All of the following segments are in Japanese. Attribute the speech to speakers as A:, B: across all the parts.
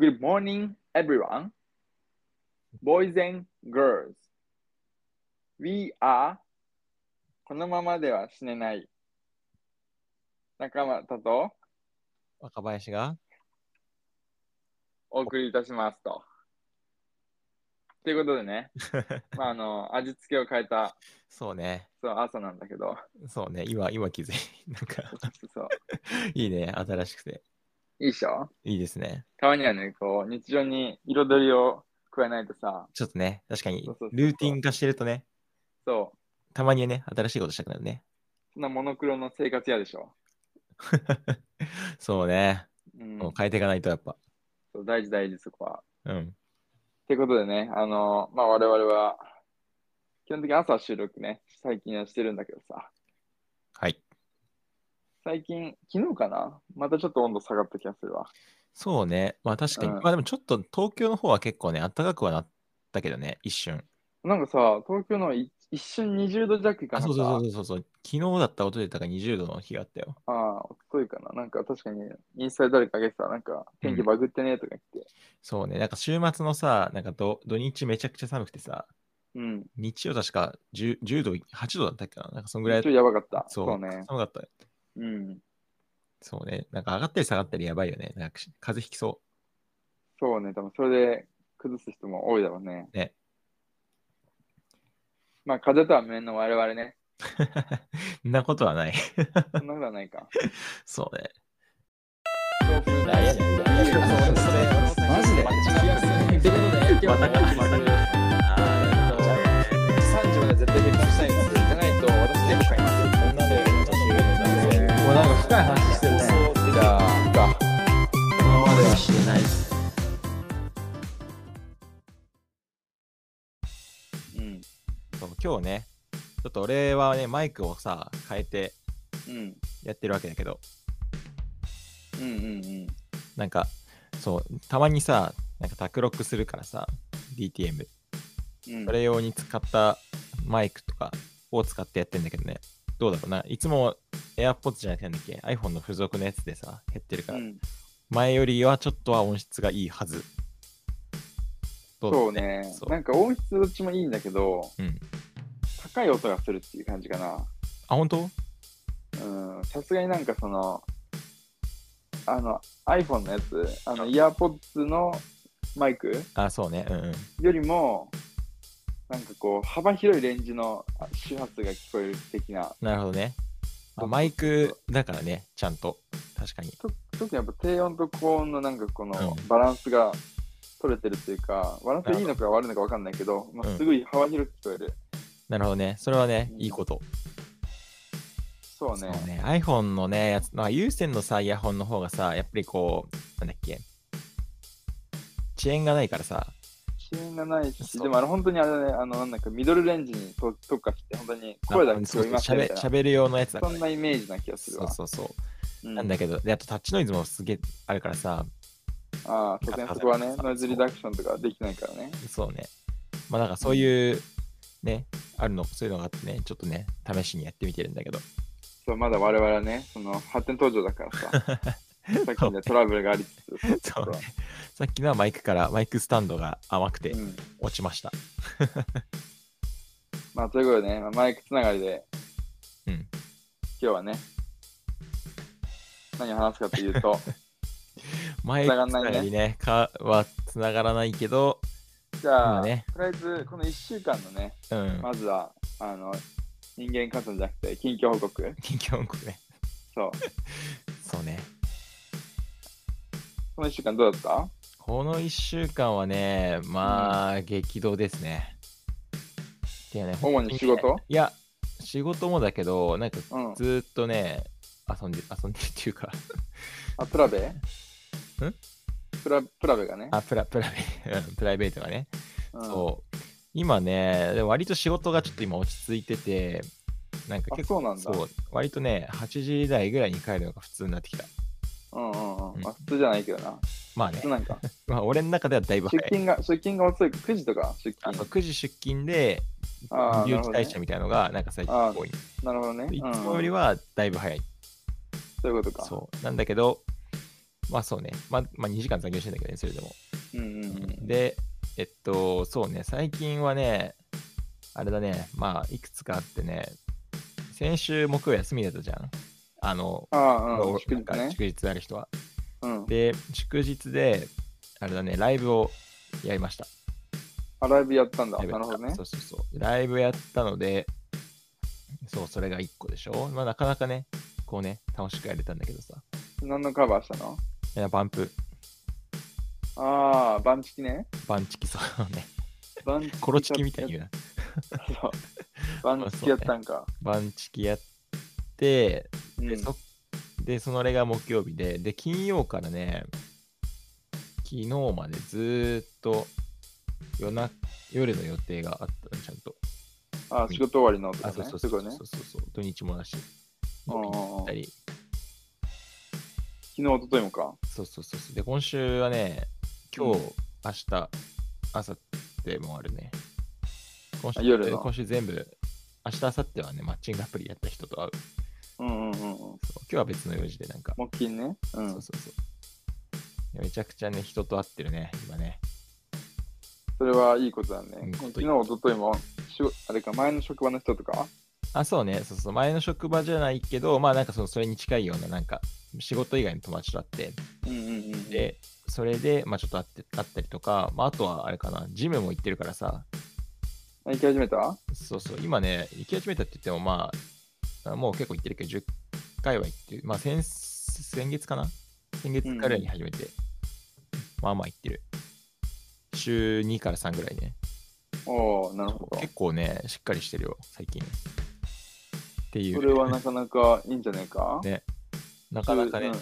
A: Good morning, everyone. Boys and girls. We are このままでは死ねない。仲間たと
B: 若林が
A: お送りいたしますと。ということでね、 まああの味付けを変えた
B: そうね。
A: そう朝なんだけど、
B: そうね。今、今気づい。 なんか、
A: そう
B: いいね。新しくて。
A: いいでしょ
B: いいですね。
A: たまにはね、こう日常に彩りを加えないとさ、
B: ちょっとね、確かに
A: そうそうそう、そう
B: ルーティン化してるとね、
A: そう、
B: たまにね、新しいことしたくなるね。
A: そんなモノクロの生活やでしょ。
B: そうね。
A: うん、
B: もう変えていかないと、やっぱ。
A: そう大事大事そこは。
B: うん。
A: ということでね、あのまあ、我々は、基本的に朝収録ね、最近はしてるんだけどさ、
B: はい。
A: 最近、昨日かなまたちょっと温度下がった気がするわ。
B: そうね。まあ確かに。
A: うん
B: まあでもちょっと東京の方は結構ね、暖かくはなったけどね、一瞬。
A: なんかさ、東京のい一瞬20度弱いか
B: あ、
A: な
B: そうそ
A: う
B: うそうそうそう。昨日だったら音でたから20度の日があったよ。
A: ああ、おとといかななんか確かに、インスタで誰か上げてた、なんか、天気バグってねとか言って。
B: そうね。なんか週末のさ、なんか土土日めちゃくちゃ寒くてさ、
A: うん。
B: 日曜確か 10, 10度、8度だったっけななんかそんぐ
A: ち
B: ら
A: ょ
B: い
A: っとやばかった。
B: そう
A: そうね。
B: 寒かった。
A: うん。
B: そうね。なんか上がったり下がったりやばいよね。なんかし風邪ひきそ
A: そうね。多分それで崩す人も多いだろうね。
B: ね
A: まあ、風邪とは無縁の我々ね。
B: う。ん なことはない。
A: そんなことはないか。
B: そうね。
C: マジでまたかまたか30まで絶対結婚したいんですよじゃないと私全部買います女で年上の男性
A: もうなんか深い話してるね。じゃあ、いくか。
C: このままでは死ねない
A: うん。
B: そう今日ね、ちょっと俺はね、マイクをさ、変えて
A: うん。
B: やってるわけだけど、
A: うんうんうん。
B: なんか、そう、たまにさ、なんか卓録するからさ、DTM。
A: うん
B: それ用に使ったマイクとかを使ってやってんだけどね、どうだろうな。いつも AirPods じゃなくてなんだっけ iPhone の付属のやつでさ、減ってるから、
A: うん
B: 前よりはちょっとは音質がいいはず。どだろ
A: そうね
B: そ。う
A: なんか音質どっちもいいんだけど、
B: うん
A: 高い音がするっていう感じかな。
B: あ、本当
A: うんさすがになんかそのあの iPhone のやつあのイヤーポッツのマイク
B: あ、そうね。うんうん。
A: よりもなんかこう幅広いレンジのあ周波数が聞こえる的な
B: なるほどね。まあ
A: そう
B: マイクだからね、ちゃんと。確かに。
A: と特にやっぱ低音と高音のなんかこの
B: うん
A: バランスが取れてるっていうか、バランスがいいのか悪いのか分かんないけど、ま
B: う
A: あ、
B: ん
A: すごい幅広く聞こえる、
B: なるほどね。それはね
A: う、ん
B: いいこと。
A: そうね
B: そうね iPhone のね、やつ、まあ、有線のさ、イヤホンの方がさ、やっぱりこう、なんだっけ。遅延がないからさ、
A: 遅延がないし
B: そう
A: でもあれ本当にあれだねあのなんだかミドルレンジにと特化して本当に声だけ聞こえます
B: あ
A: みたいな
B: のそうそう喋喋る用のやつだか
A: そ
B: ら、
A: ん
B: ね。
A: なイメージな気がする
B: そ
A: わ
B: うそうそう。
A: うん
B: なんだけど、で、あとタッチノイズもすげえあるからさ、
A: ああ、当然そこはね、ノイズリダクションとかできないからね。
B: そうね。まあなんかそういう、ね、あるの、そういうのがあってね、ちょっとね、試しにやってみてるんだけど。
A: そう、まだ我々はね、その発展途上だから さ、さっきみたいにトラブルがありつつ、
B: そうね。さっきのはマイクから、マイクスタンドが甘くて
A: うん。
B: 落ちました。
A: まあ、ということでね、まあマイクつながりで、
B: うん。
A: 今日はね、何を話すかという と、
B: マイク
A: 繋がん
B: つ
A: な
B: ない
A: ね
B: がりね、かはつながらないけど、
A: じゃ
B: ま
A: あ、
B: あね、
A: とりあえず、この1週間のね、
B: う ん。
A: まずは、あの、人間観察じゃなくて、近況報告。
B: 近況報告ね。
A: そう。
B: そうね。
A: この1週間どうだった
B: この1週間はね、まあ、激動ですね。いやね
A: 主に仕事
B: いや、仕事もだけど、なんか
A: うん。
B: ずーっとね、遊んで、遊んでっていうか、
A: あ、プラベんプラプラベがね。
B: あ、プラ、プラベ、うんプライベートがね、
A: うん
B: そう。今ね、でも割と仕事がちょっと今落ち着いてて、なんか
A: あ、
B: 結構、
A: そうなんだ。
B: そう、割とね、8時台ぐらいに帰るのが普通になってきた。
A: うんうんう。
B: うんん
A: まあ、普通じゃないけどな。
B: まあ
A: 普
B: ね
A: 通、なんか。
B: まあ俺の中ではだいぶ
A: 出
B: 早い。
A: 勤が、出勤が遅い、9時とか出
B: あの
A: 勤。
B: 9時出勤で、
A: あー
B: 留
A: なる
B: 置
A: ほどね
B: 退社みたいのが、なんか最近多い。
A: なるほどね。
B: いつ
A: うん
B: もよりはだいぶ早い。
A: そういうことか。
B: そう。なんだけど、まあそうね、まあ、まあ2時間残業してんだけどね、それでも。
A: うんうんうん。
B: で、えっと、そうね、最近はね、あれだね、まあ、いくつかあってね、先週木曜休みだったじゃん。あの、
A: ああ、うん。祝
B: なん
A: 日
B: か
A: ね。
B: 祝日ある人は。
A: うん。
B: で、祝日で、あれだね、ライブをやりました。
A: あ、ライブやったんだ。
B: ライブ
A: な
B: や
A: る
B: った
A: ほどね
B: そ。うそうそう。ライブやったので、そう、それが1個でしょ。まあ、なかなかね、こうね、楽しくやれたんだけどさ。
A: 何のカバーしたの
B: いや、バンプ、
A: ああ、バンチキね。
B: バンチキ、そ うね。
A: バンチキ。
B: コロチキみたいに言うな。
A: そう。バンチキやったん か。
B: バンチキやって、
A: う
B: で、
A: ん
B: そで、そのれが木曜日で、で、金曜からね、昨日までずーっと夜な夜の予定があったの、ちゃんと。
A: ああ、仕事終わりのとか
B: あ、
A: ね。
B: そうそう
A: す
B: そ
A: ご
B: う
A: い
B: そ
A: ね
B: うそう。そう、土日もだし、
A: うんうんうん
B: 行ったり、
A: 昨日、一昨日もか。
B: そうそうそうそう。で、今週はね、今日、明日、明後日もあるね。今週
A: あ夜の
B: 今週全部、明日、明後日はね、マッチングアプリやった人と会う。
A: うんうんうんうん。
B: そう今日は別の用事でなんか、
A: 木金ね。う。
B: そうんそうそう。いやめちゃくちゃね、人と会ってるね、今ね。
A: それはいいことだ
B: う
A: ね
B: ん。
A: 昨日、一昨日も、しごあれか、前の職場の人とか。
B: あ、そうね、そうそう、前の職場じゃないけど、まあなんかそのそれに近いような、なんか仕事以外の友達と会って、
A: うんうんうん。
B: で、それで、まあちょっと会って会ったりとか、まああとはあれかな、ジムも行ってるからさ、
A: あ行き始めた
B: そうそう、今ね、行き始めたって言っても、まあ、あもう結構行ってるけど、10回は行ってる、まあ先先月かな先月からに始めて、まあまあ行ってる。週2から3ぐらいね。
A: おおなるほど。
B: 結構ね、しっかりしてるよ、最近。っていう。
A: それはなかなかいいんじゃないか
B: ねなかなかね、
A: うん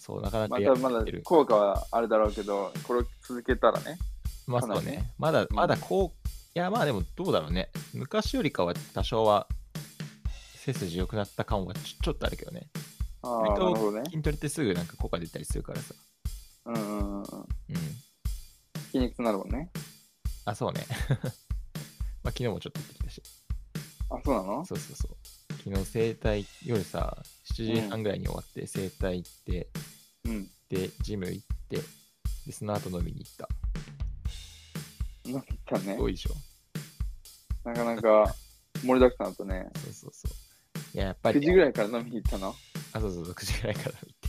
B: そう、なかな
A: ま
B: か
A: あ
B: や
A: 多
B: って
A: 分まだ
B: る。
A: 効果はあれだろうけど、これを続けたらね。
B: まあ、
A: かな
B: そ
A: り
B: うね。まだ、まだこう、いや、まあでもどうだろうね。昔よりかは多少は、背筋良くなった感はちょちょっとあるけどね。
A: ああ、
B: 割
A: なるほ
B: と
A: どね。
B: 筋トレってすぐなんか効果出たりするからさ。
A: うんうんうん。
B: うん。
A: 筋肉痛になるもんね。
B: あ、そうね。 まあ昨日もちょっと行ってきたし。
A: あ、そうなの
B: そうそうそう。昨日整体、夜さ、7時半ぐらいに終わって整体行って、
A: うん。
B: で、ジム行って、で、その後飲みに行った。
A: なったね
B: す。ごいでしょ。
A: なかなか盛りだくさんだったね。
B: そうそうそう。いや、やっぱり、
A: 9時ぐらいから飲みに行ったの
B: あ、そうそうそう、9時ぐらいから見て。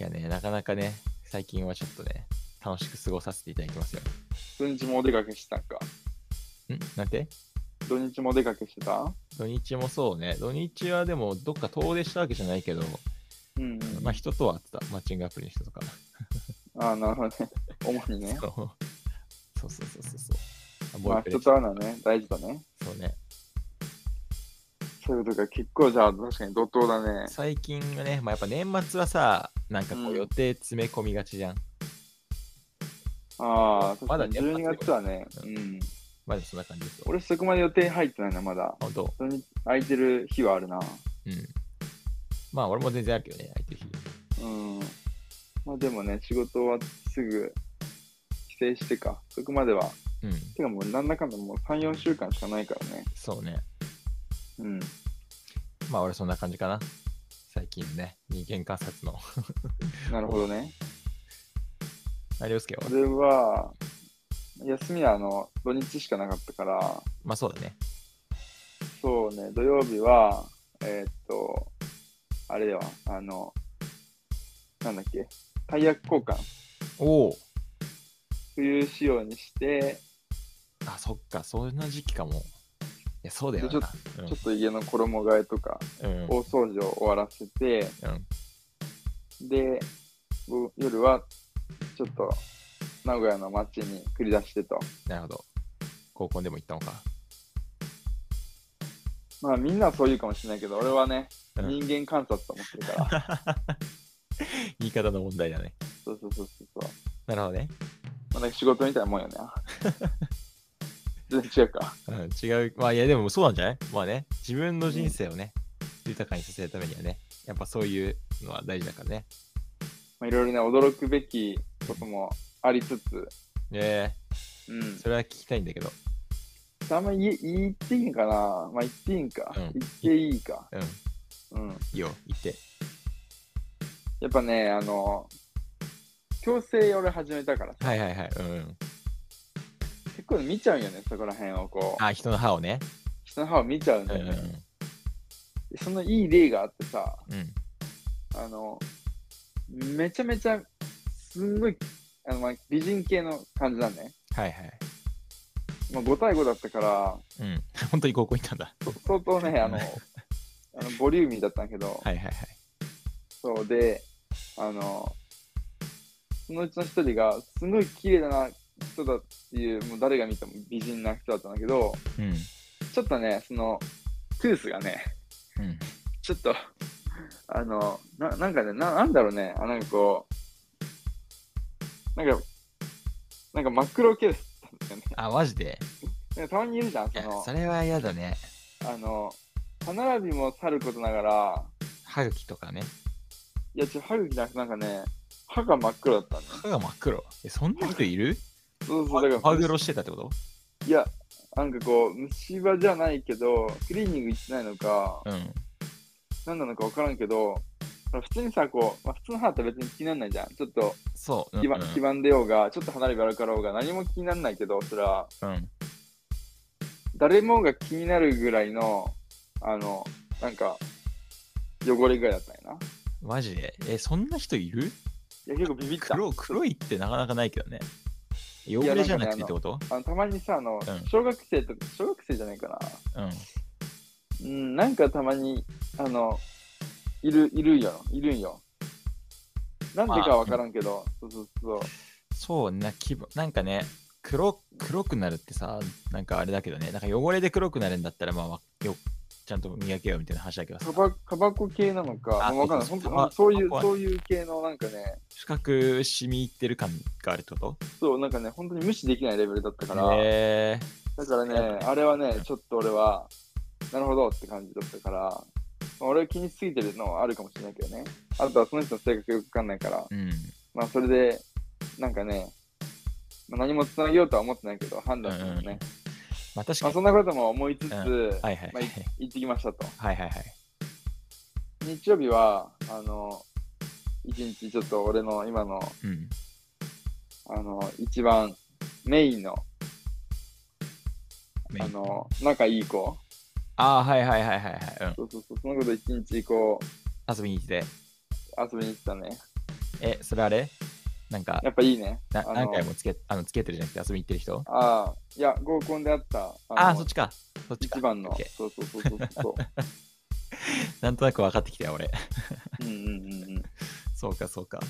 B: いやね、なかなかね、最近はちょっとね、楽しく過ごさせていただきますよ。
A: 土日もお出かけしてたんか。
B: んなんて
A: 土日もお出かけしてた
B: 土日もそうね。土日はでも、どっか遠出したわけじゃないけど、
A: うんうん。
B: まあ人とは会ってた。マッチングアプリの人とか。
A: ああ、なるほど ね。主にね。
B: そうそうそうそうそうそう。ボ
A: ま
B: ー
A: あ
B: イフ
A: 人
B: レンド
A: と会うのはね、大事だね。
B: そうね。
A: そういうことか。結構じゃあ、確かに怒涛だね。
B: 最近はね、まあやっぱ年末はさ、なんかこ
A: うん
B: う予定詰め込みがちじゃん。
A: ああ、
B: まだ年末
A: 12
B: よ
A: 月はね、う
B: うん
A: ん。
B: まあでもそんな感じですよ。
A: 俺そこまで予定入ってないな、まだ。
B: 本当
A: 土日空いてる日はあるな。
B: うん。まあ俺も全然あるけどね、相手日。
A: うん。まあでもね、仕事終わってすぐ帰省してか、そこまでは。
B: うん。
A: てかもうなんだかんだもう3、4週間しかないからね。
B: そうね。
A: うん。
B: まあ俺そんな感じかな。最近ね、人間観察の。
A: なるほどね。
B: ありますけど、
A: 俺は、休みはあの、土日しかなかったから、
B: まあそうだね。
A: そうね、土曜日は、えーっと、あれでは、あの、なんだっけ、タイヤ交換、
B: おお
A: 冬仕様にして、
B: あ、そっか、そんな時期かも。いや、そうだよ
A: で
B: な。
A: ちょっと家の衣替えとか、
B: うん。うん。
A: 大掃除を終わらせて、
B: うん
A: で、ぼ夜はちょっと名古屋の街に繰り出してと。
B: なるほど。合コンでも行ったのか。
A: まあみんなはそう言うかもしれないけど、俺はね、
B: うん
A: 人間観察と思ってるから。
B: 言い方の問題だね。
A: そうそうそうそうそう。
B: なるほどね。
A: まあ、なんか仕事みたいなもんよ ね。全然違うか。
B: うん、違う。まあいや、でもそうなんじゃないまあね、自分の人生をね、豊かにさせるためにはね、やっぱそういうのは大事だからね。
A: まあいろいろね、驚くべきこともありつつ、
B: え
A: うん
B: え。それは聞きたいんだけど。
A: あんま言え言っていいんかなまあ言っていいんか。
B: うん
A: 言っていいか。
B: うん。い
A: うん。
B: いよ、行って。
A: やっぱね、あの、強制俺始めたからさ、
B: はいはいはい。うんうん。
A: 結構見ちゃうんよね、そこら辺をこう、
B: あ、人の歯をね。
A: 人の歯を見ちゃうん
B: うん
A: だ
B: う
A: よ
B: ん
A: ね。そのいい例があってさ、
B: うん。うん。
A: あの、めちゃめちゃ、すんごい、あのまあ、美人系の感じだね。
B: はいはい。
A: まあ、5対5だったから、
B: うん。 本当に高校行ったんだ。
A: そ相当ね、あ の、
B: うん
A: あのボリューミーだったんだけど、
B: はいはいはい。
A: そうで、あの、そのうちの一人が、すごい綺麗な人だっていう、もう誰が見ても美人な人だったんだけど、
B: うん。
A: ちょっとね、その、トゥースがね、
B: うん。
A: ちょっと、あの、ななんかねな、なんだろうね、あなんかこう、なんか、なんか真っ黒系だったんだよね
B: あ、マジで。
A: なんかたまにいるじゃん、
B: い
A: そ
B: や
A: の、
B: それは嫌だね。
A: あの、歯並びもさることながら、
B: 歯茎とかね。
A: いや、ちょ、歯茎じゃなくて、なんかね、歯が真っ黒だったんだよ。
B: 歯が真っ黒。え、そんな人いる
A: そうそう、だ
B: 歯
A: から、
B: 黒してたってこと
A: いや、なんかこう、虫歯じゃないけど、クリーニング行ってないのか、
B: うん。
A: 何なのか分からんけど、普通にさ、こう、まあ、普通の歯だって別に気にならないじゃん。ちょっと、
B: そう。うん
A: 黄ば
B: うん
A: 黄ばんでようが、ちょっと離れがあるかろうが、何も気にならないけど、それは、
B: うん。
A: 誰もが気になるぐらいの、あの、なんか、汚れぐらいだったんやな。
B: マジで。え、そんな人いる
A: いや、結構ビビった。
B: 黒黒いってなかなかないけどね。汚れじゃなくてってこと、
A: あのたまにさ、あの、
B: ん
A: 小学生とか、小学生じゃないかな。
B: う
A: う
B: ん。
A: ん、なんかたまに、あの、いる、いるよ、いるんよ。なんでかわからんけど、そうそうそう。
B: そうな気分なんかね黒黒くなるってさなんかあれだけどねなんか汚れで黒くなるんだったらまあわよちゃんと磨けよみたいな話だけどさ
A: タバタバコ系なのか、
B: あ
A: わかんない。
B: そ
A: ほ
B: うん
A: と
B: タバ
A: そういう
B: タバコ、はね
A: そういう系の、なんかね、
B: 深く染み入ってる感があるってこと
A: そう、なんかね、本当に無視できないレベルだったから、
B: へえ
A: だからね、あれはね、ちょっと俺は、なるほどって感じだったから、まあ俺は気にしすぎてるのはあるかもしれないけどね。あとはその人の性格よくわかんないから、
B: うん
A: まあそれで、なんかね、まあ、何もつなげようとは思ってないけど、判断するのね。
B: うんうんまあ確か
A: まあ
B: に
A: そんなことも思いつつ、
B: うんはいはい
A: ま
B: は
A: あ
B: い
A: い行ってきましたと。
B: はいはいはい
A: 日曜日は、あの、一日ちょっと俺の今の、
B: うん
A: あの、一番メインの、
B: メイン
A: あの、仲いい子、
B: ああはいはいはいはいはい、うん、
A: そうそうそう、その子と一日こう、
B: 遊びに来て
A: 遊びに行ってたね。
B: えそれあれなんか
A: やっぱいいね。
B: な
A: あの
B: 何回もつけあのつけてるじゃなくて遊びに行ってる人
A: ああ、いや、合コンであった。
B: ああー
A: の
B: そっちかそっちか
A: 一番の
B: オッケ。
A: そうそうそうそうそう。
B: ーなんとなく分かってきたよ俺
A: うんうんうんうん。
B: そうかそうか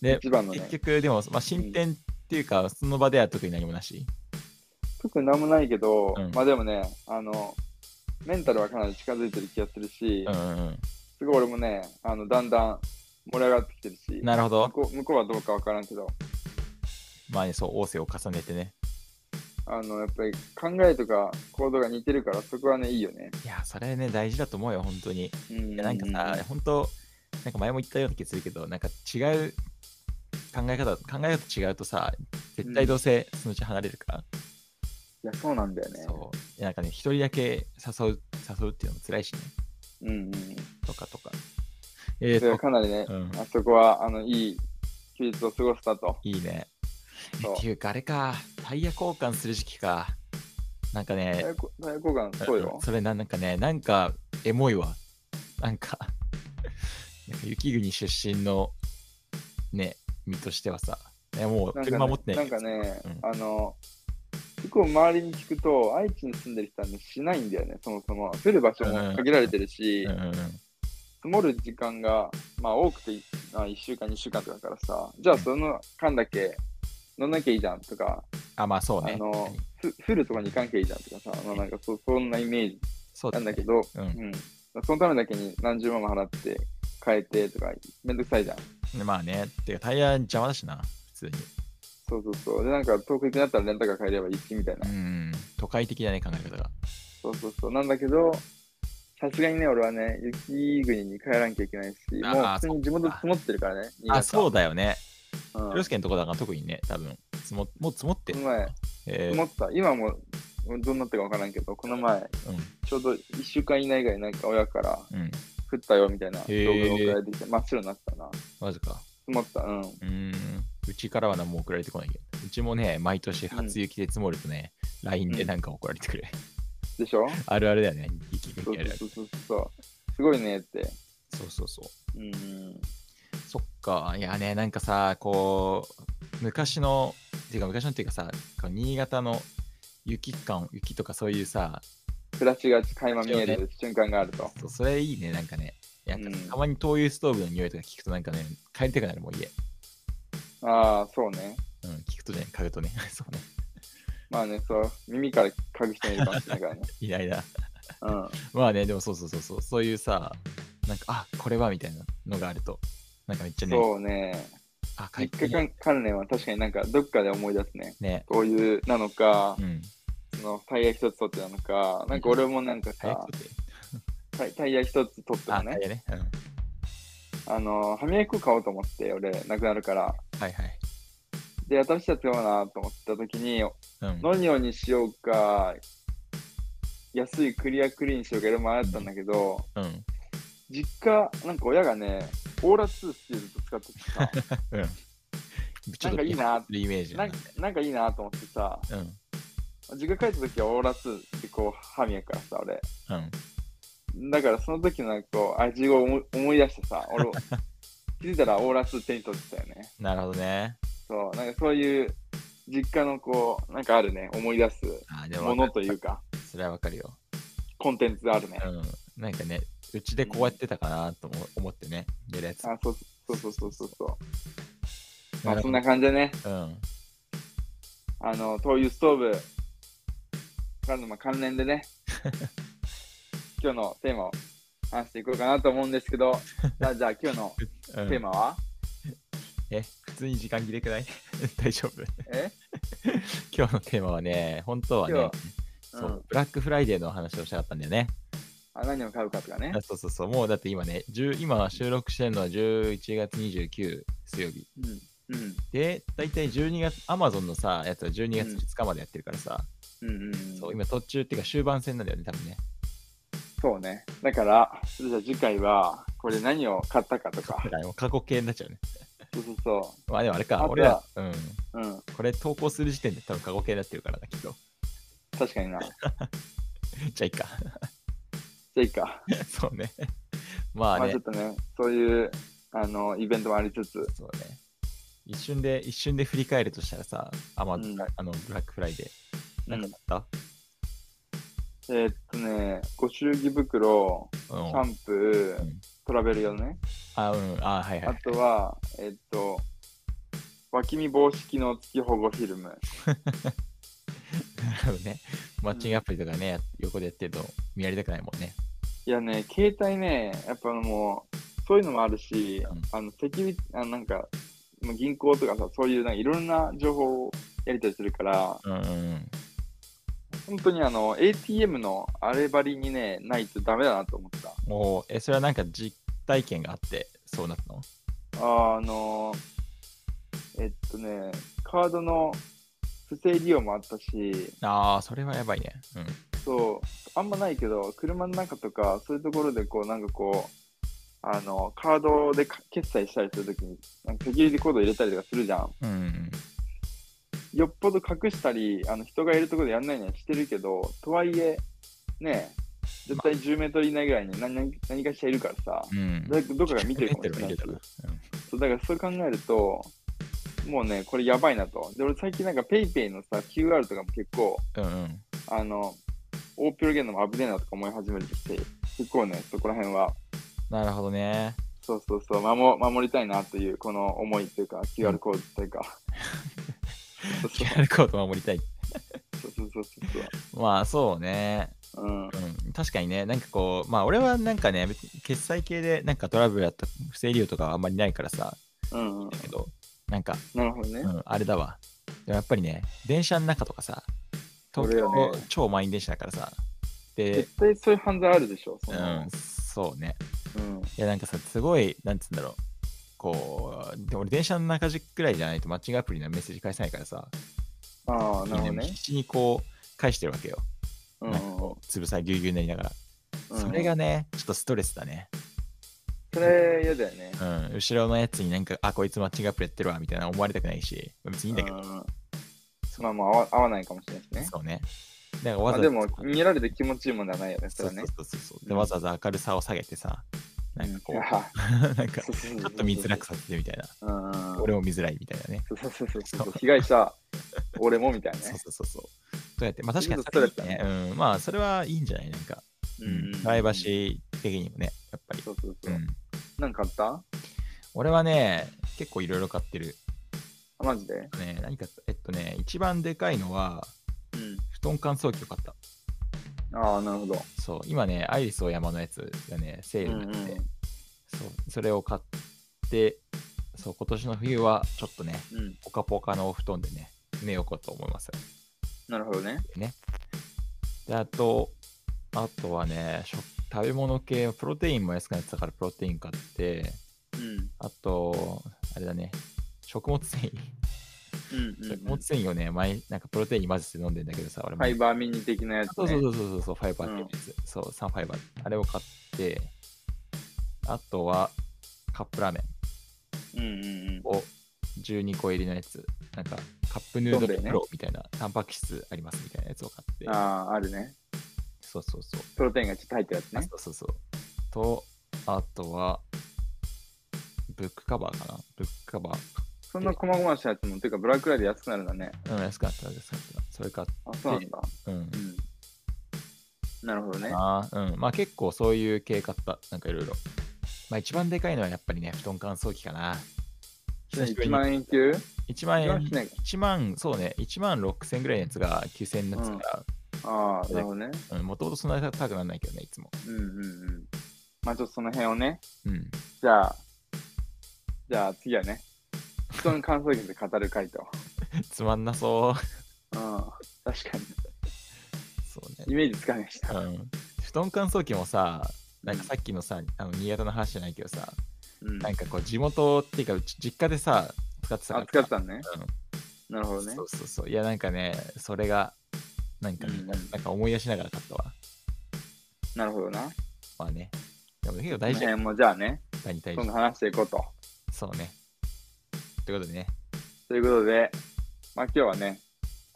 B: で
A: 一番のね
B: 結。局でも、まあ、進展っていうか、その場では特に何もなし
A: 特になんもないけど、
B: うん
A: まあでもね、あの、メンタルはかなり近づいてる気がするし、
B: うんうん
A: すごい俺もね、あの、だんだん盛り上がってきてるし、
B: うんなるほど
A: 向こう向こうはどうかわからんけど、
B: まあねそう仰せを重ねてね
A: あの、やっぱり考えとか行動が似てるから、そこはね、いいよね。
B: いやそれね大事だと思うよ本当にい
A: うんうんうん
B: やなんかさ本当なんか前も言ったような気がするけどなんか違う考え方考え方違うとさ絶対どうせそのうち離れるから、
A: いや、そうなんだよね。
B: そういやなんかね一人だけ誘う誘うっていうのも辛いしね
A: うんうんうん。
B: とかとかえー、
A: それは
B: と
A: かなりね、
B: うん
A: あそこは、あの、いい休日を過ごせたと。
B: いいね
A: そう
B: っていうかあれかタイヤ交換する時期かなんかね
A: 太鼓太鼓感、そうよ。
B: それななんかね、なんかエモいわ。なんか、 なんか雪国出身のね、身としてはさ、ね、もう車持ってない
A: んかね、なんかね
B: うん
A: あの、結構周りに聞くと、愛知に住んでる人はね、しないんだよね、そもそも。降る場所も限られてるし、
B: うんうんうん
A: 積もる時間が、まあ多くて、まあ、1週間、2週間とかだからさ、じゃあその間だけ飲んなきゃいいじゃんとか、
B: あ、まあそう
A: あ
B: ね。
A: の
B: 確かに、
A: ふ降るとこに行かんきゃいいじゃんとかさ、まあなんかそそんなイメージ
B: そう
A: な
B: だ
A: ん
B: ね
A: だけど、
B: う
A: うん。そのためだけに何十万も払って、変えてとか、めんどくさいじゃん。
B: ん。まあね、てかタイヤ邪魔だしな、普通に。
A: そうそうそう。で、なんか遠く行くなったらレンタカー借りればいいしみたいな
B: う。ん。都会的だね、考え方が。
A: そうそうそう。なんだけど、さすがにね、俺はね、雪国に帰らなきゃいけないし、
B: あー
A: もう普通に地元積もってるからね。新潟
B: あ、そうだよね。
A: うん
B: 広介のとこだから特にね、多分積ももう積もって
A: こ
B: る
A: の。前、
B: え
A: 積もった。今もどうなったかわからんけど、この前、
B: ー、
A: ちょうど1週間以内ぐらい、なんか親から、
B: うん。うん。
A: 食ったよみたいな動
B: へー
A: 画が送られてきて、真っ白になったな。
B: マジか。
A: 積もった、うん。
B: うーん。うちからは何も送られてこないけど。うちもね、毎年初雪で積もるとね、LINE でなんか送られてくる。
A: でしょ
B: あるあるだよね。雪
A: そう
B: 国あるある
A: そうそうそう。すごいねって。
B: そうそうそう。
A: うん。
B: そっか、いやね、なんかさ、こう、昔の、ていうか昔のっていうかさ、こう新潟の雪感、雪とかそういうさ、
A: フラッシュが垣間見える瞬間があると。
B: そうそれいいね、なんかね。いやなんか
A: うん
B: たまに灯油ストーブの匂いとか聞くとなんかね、帰りたくなるもん家。
A: ああ、そうね。
B: うん、聞くとね、嗅ぐとね、 そうね、
A: まあね、そう、耳から嗅ぐ人もいるかもしれない からね。
B: いないな。
A: うん。
B: まあね、でもそうそうそうそう、そういうさ、なんか、あ、これはみたいなのがあると、なんかめっちゃね、
A: そうね。
B: あ、帰っ
A: 3
B: て
A: 日
B: きた
A: 間関連は確かになんかどっかで思い出すね。
B: ね。
A: こういうなのか
B: う、ん。
A: そのタイヤ一つ取ってなのか、なんか俺もなんか
B: 早
A: さ
B: く、撮って。
A: タイタイヤ一つ取っても
B: あ、
A: ね
B: 早、いね。うん。
A: あの、歯磨き粉買おうと思って、俺、なくなるから。
B: はいはい。
A: で、新しいやつ買おうなと思った時に、
B: うん。
A: 何をにしようか、安いクリアクリーンにしようか、いろいろ迷ったんだけど、
B: うん。
A: 実家、なんか親がね、オーラ2っていうの使ってて さ、
B: うん。ちょ
A: な
B: っ
A: んか
B: と
A: いいな
B: イメージだ
A: な
B: ね
A: んかなんかいいなと思ってさ、
B: うん。
A: 実家帰った時はオーラ2ってこう歯磨くからさ、俺。
B: うん。
A: だからその時のなんかこう味を思い思い出してさ、 俺、気づいたらオーラ2手に取ってたよね。
B: なるほどね。
A: そう、なんかそういう実家のこう、なんかあるね、思い出す
B: あ、で
A: も
B: も、
A: のというか、
B: それはわかるよ。
A: コンテンツがあるね。
B: うん。なんかね、うちでこうやってたかなと思思ってね、やるやつ。
A: あそうそうそうそうそうそう。ま
B: な
A: あ
B: る
A: そ
B: ほ
A: ん
B: ど
A: な感じでね、
B: うん。
A: あの、灯油ストーブからのまあ関連で ね、今日のテーマを話していこうかなと思うんですけ ど、じゃあ、じゃあ今日の
B: うん
A: テーマは、
B: え、普通に時間切れくない 大丈夫。
A: え
B: 今日のテーマはね、本当はね
A: 今、日、
B: そううんブラックフライデーの話をしたかったんだよね。
A: あ何を買うかとかね
B: あ。そうそうそう、もうだって今ね、10今収録してるのは11月29水曜日。
A: うん。うん。
B: で、大体12月、アマゾンのさ、やつは12月
A: うん
B: 2日までやってるからさ、
A: うんうんうん、
B: そう今途中っていうか終盤戦なんだよね、多分ね。
A: そうね。だから、じゃあ次回は、これ何を買ったかとか
B: だ。からもう過去形になっちゃうね。
A: そうそうそ
B: まあでもあれ
A: あ
B: か、
A: とは
B: 俺ら、うん、
A: う。うん。
B: これ投稿する時点で多分過去形になってるからだけど、
A: 確かにな。じゃ
B: じゃあいいか。
A: あいいか。
B: そうね。まあ
A: まあ
B: ね
A: ちょっ、とね、そういう、あの、イベントもありつつ、
B: そうね。一瞬で、一瞬で振り返るとしたらさ、アマゾン、
A: うん
B: あの、ブラックフライデー。なんかだっ
A: えーっとね、ご祝儀袋、
B: た、うん、
A: シャンプ
B: う
A: ー
B: ん、
A: トラベル用ね。
B: あ、うん、あ、はいは
A: あ
B: い。
A: とは、えーっと、脇見防止機能付き保護フィルム。
B: なるほどね。マッチングアプリとかね、横でやってると見られたくないもんね。
A: いやね、携帯ね、やっぱもう、そういうのもあるし、
B: うん
A: あの、セキュリティ、あなんか、もう銀行とかさ、そういう、なんかいろんな情報をやり取りするから、
B: うんうん
A: 本当にあの、ATM のあればりにね、ないとダメだなと思った。
B: うん。もう、え、それはなんか実体験があって、そうなったの
A: あーあのーえっとね、カードの不正利用もあったし、
B: ああ、それはやばいね。うん。
A: そう、あんまないけど、車の中とか、そういうところで、こう、なんかこう、あの、カードでか決済したりするときに、なんかセキュリティコード入れたりとかするじゃん。
B: うんうん
A: よっぽど隠したり、あの、人がいるところでやんないにはしてるけど、とはいえ、ねえ、絶対10メートル以内ぐらいに何何何かしらいるからさ、
B: うん。うん。
A: 誰かどっかが見てるかもしれない
B: 見
A: して
B: るうん
A: そうだからそう考えると、もうね、これやばいなと。で、俺最近なんか PayPay ペイペイのさ、QR とかも結構、
B: うんうん。
A: あの、オープルゲームも危ねえなとか思い始めてきて、結構ね、そこら辺は、
B: なるほどね。
A: そうそうそう、守守りたいなという、この思いというか、QR コードというか。そうそう
B: QR コード守りたい。
A: そうそうそう
B: まあ、そうね。
A: そう。うん。
B: うん、確かにね、なんかこう、まあ俺はなんかね、別に決済系でなんかトラブルやった不正利用とかはあんまりないからさ、
A: うんうん。
B: だけど、なんか、
A: なるほどね
B: う。ん、あれだわ。でもやっぱりね、電車の中とかさ、東
A: それ
B: 京、
A: よね
B: 超満員電車だからさ、で、
A: 絶対そういう犯罪あるでしょ、そ
B: うん
A: の。、
B: そうね。
A: うん。
B: いや、なんかさ、すごい、なんつうんだろう。こう、で俺電車の中時くらいじゃないとマッチングアプリのメッセージ返さないからさ、
A: ああ、なるほど
B: もう
A: ね
B: 必。死にこう、返してるわけよ。
A: うん
B: なんかこう、つぶさぎゅうぎゅうになりながら。
A: うん。
B: それがね、ちょっとストレスだね。
A: それ嫌だよね。
B: うん、後ろのやつになんか、あ、こいつマッチングアプリやってるわ、みたいな思われたくないし、まあ別にいいんだけど、
A: うんまあまあ合わ合わないかもしれないですね。
B: そうね。なんか
A: ま
B: わ
A: あ、
B: ざ
A: で
B: わ
A: も
B: ざ、
A: 見られて気持ちいいもんじゃないよね、そ
B: そう
A: れ
B: そ
A: ね
B: う。そうそう。で、わざわざ明るさを下げてさ、なんかこう、 なんか、ちょっと見づらくさせてみたいな。
A: うん。
B: 俺も見づらいみたいなね。
A: そうそうそうそう。被害者、俺もみたいな
B: そう
A: ね。
B: そうそうそう。どうやって、まあ確かに
A: ちょっとス
B: そ
A: ト
B: れ
A: レ
B: い
A: ス
B: い
A: だ
B: ね、うん、まあそれはいいんじゃないなんか、うん、プライバシー的にもね、やっぱり。
A: そうそう
B: う
A: そう。
B: ん、
A: なんかあった
B: 俺はね、結構いろいろ買ってる。
A: あマジで
B: ね、何か、えっとね、一番でかいのは、
A: うん。
B: 布団乾燥機を買った。
A: ああ、なるほど。
B: そう、今ね、アイリスオーヤマのやつがね、セ
A: う
B: ー
A: ん
B: ル
A: う
B: に
A: ん
B: なって、そう、それを買って、そう、今年の冬はちょっとね、
A: うん。
B: ポカポカのお布団でね、寝ようかと思います。
A: なるほどね。
B: ね。で、あと、あとはね、食食べ物系、プロテインも安くなってたからプロテイン買って、
A: うん。
B: あと、あれだね、食物繊維。
A: うんうん
B: 食
A: うん
B: 物。繊維をね、毎なんかプロテインに混ぜて飲んでんだけどさ、俺
A: フ
B: も
A: ァイバーミニ的なやつ、ね。
B: そうそうそうそうそう、ファイバーってやつ。そう、サンファイバー。あれを買って、あとはカップラーメン
A: うんうんうん。
B: を12個入りのやつ。なんかカップヌー
A: どん
B: ド
A: 兵
B: ル
A: 衛ね
B: プロみたいな、タンパク質ありますみたいなやつを買って。
A: ああ、あるね。
B: そうそうそう。
A: プロテインがちょっと入ってるやつ
B: あ
A: ね。
B: そうそうそう。と、あとは、ブックカバーかなブックカバー。
A: そんな細々したやつも、ていうか、ブラックライで安くなるんだね。
B: うん、安くなった、安くなった。それか、
A: あ、そうなんだ。
B: うん
A: う。ん。なるほどね。
B: あーうん。まあ結構そういう系買った。なんかいろいろ。まあ一番でかいのはやっぱりね、布団乾燥機かな。久しぶり
A: 1
B: に
A: 万円級
B: 1万
A: 一
B: 円
A: 万しないか、
B: 1万、そうね、1万6000ぐらいのやつが9000円のやつか
A: ああ、なるほどね。
B: ら、もともとそんなに高くならないけどね、いつも。
A: うんうんうん。まあちょっとその辺をね、
B: うん。
A: じゃあ、じゃあ次はね、布団乾燥機で語る回と。
B: つまんなそ
A: う
B: う。
A: ん、確かに。
B: そうね。
A: イメージつかめました。
B: うん、布団乾燥機もさなんかさっきのさあの新潟の話じゃないけどさ
A: うん。
B: なんかこう地元っていうかうち実家でさ使ってたから
A: あ、使ってたのね。
B: うん
A: なるほどね
B: そ。うそうそういやなんかねそれがなんか、ね
A: うんうん
B: なんか思い出しながら買ったわ
A: なるほどな。
B: まあねでも結構
A: こ
B: 大
A: の
B: 事だよ
A: 辺もじゃあね、
B: 大事大
A: 今
B: 事
A: 度話していこうと。
B: そうねということでね
A: ということで、まあ今日はね、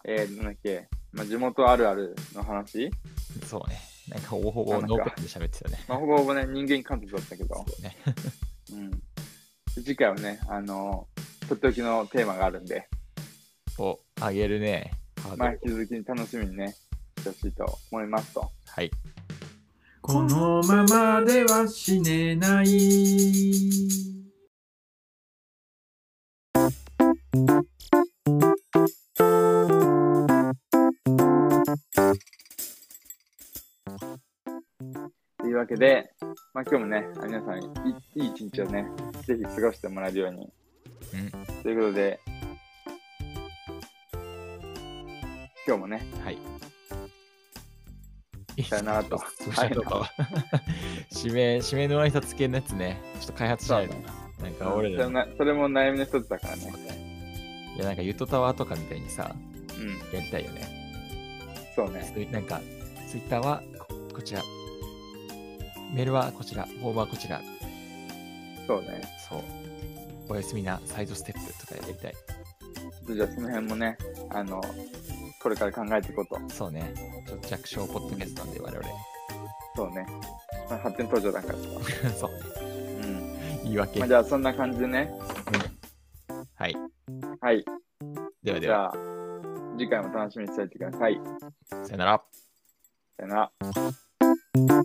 A: えー、なんだっけ、まあ、地元あるあるの話、
B: そうねなんかほぼほぼ
A: なんか
B: ノープランで喋ってたね
A: まあ、ほぼほぼね、人間観察だったけ
B: そ
A: ど、
B: うね
A: うん。で次回はね、あのーとっておきのテーマがあるんで、
B: をあげるねハードル
A: まあ、引き続きに楽しみにね、してほしいと思いますと。
B: はい
D: このままでは死ねない。
A: というわけで、まあ、今日もね、あ皆さんい、いい一日をね、ぜひ過ごしてもらえるように。
B: うん
A: ということで、今日もね、
B: はい。
A: さよなら と
B: さよならと 指名、指名の挨拶系のやつね、ちょっと開発しないとな。なんか俺
A: それ
B: らの、
A: なそれも悩みの一つだからね。
B: いやなんかユトタワーとかみたいにさ、
A: うん、
B: やりたいよね。
A: そうね。
B: なんか、ツイッターはここちら、メールはこちら、フォームはこちら、
A: そうね。
B: そう。おやすみなサイドステップとかやりたい。
A: じゃあその辺もね、あの、これから考えていこうと。
B: そうね。ちょっと弱小ポッドキャストなんで我々。
A: そうね。まあ、発展途上だからさ。
B: そうね。
A: うん。
B: 言い訳。
A: まあ、
B: は
A: じゃあそんな感じでね。
B: い。
A: はい。
B: ではで
A: じ
B: は、
A: ゃあ、次回も楽しみにしておいてください。
B: さよなら。
A: さよなら。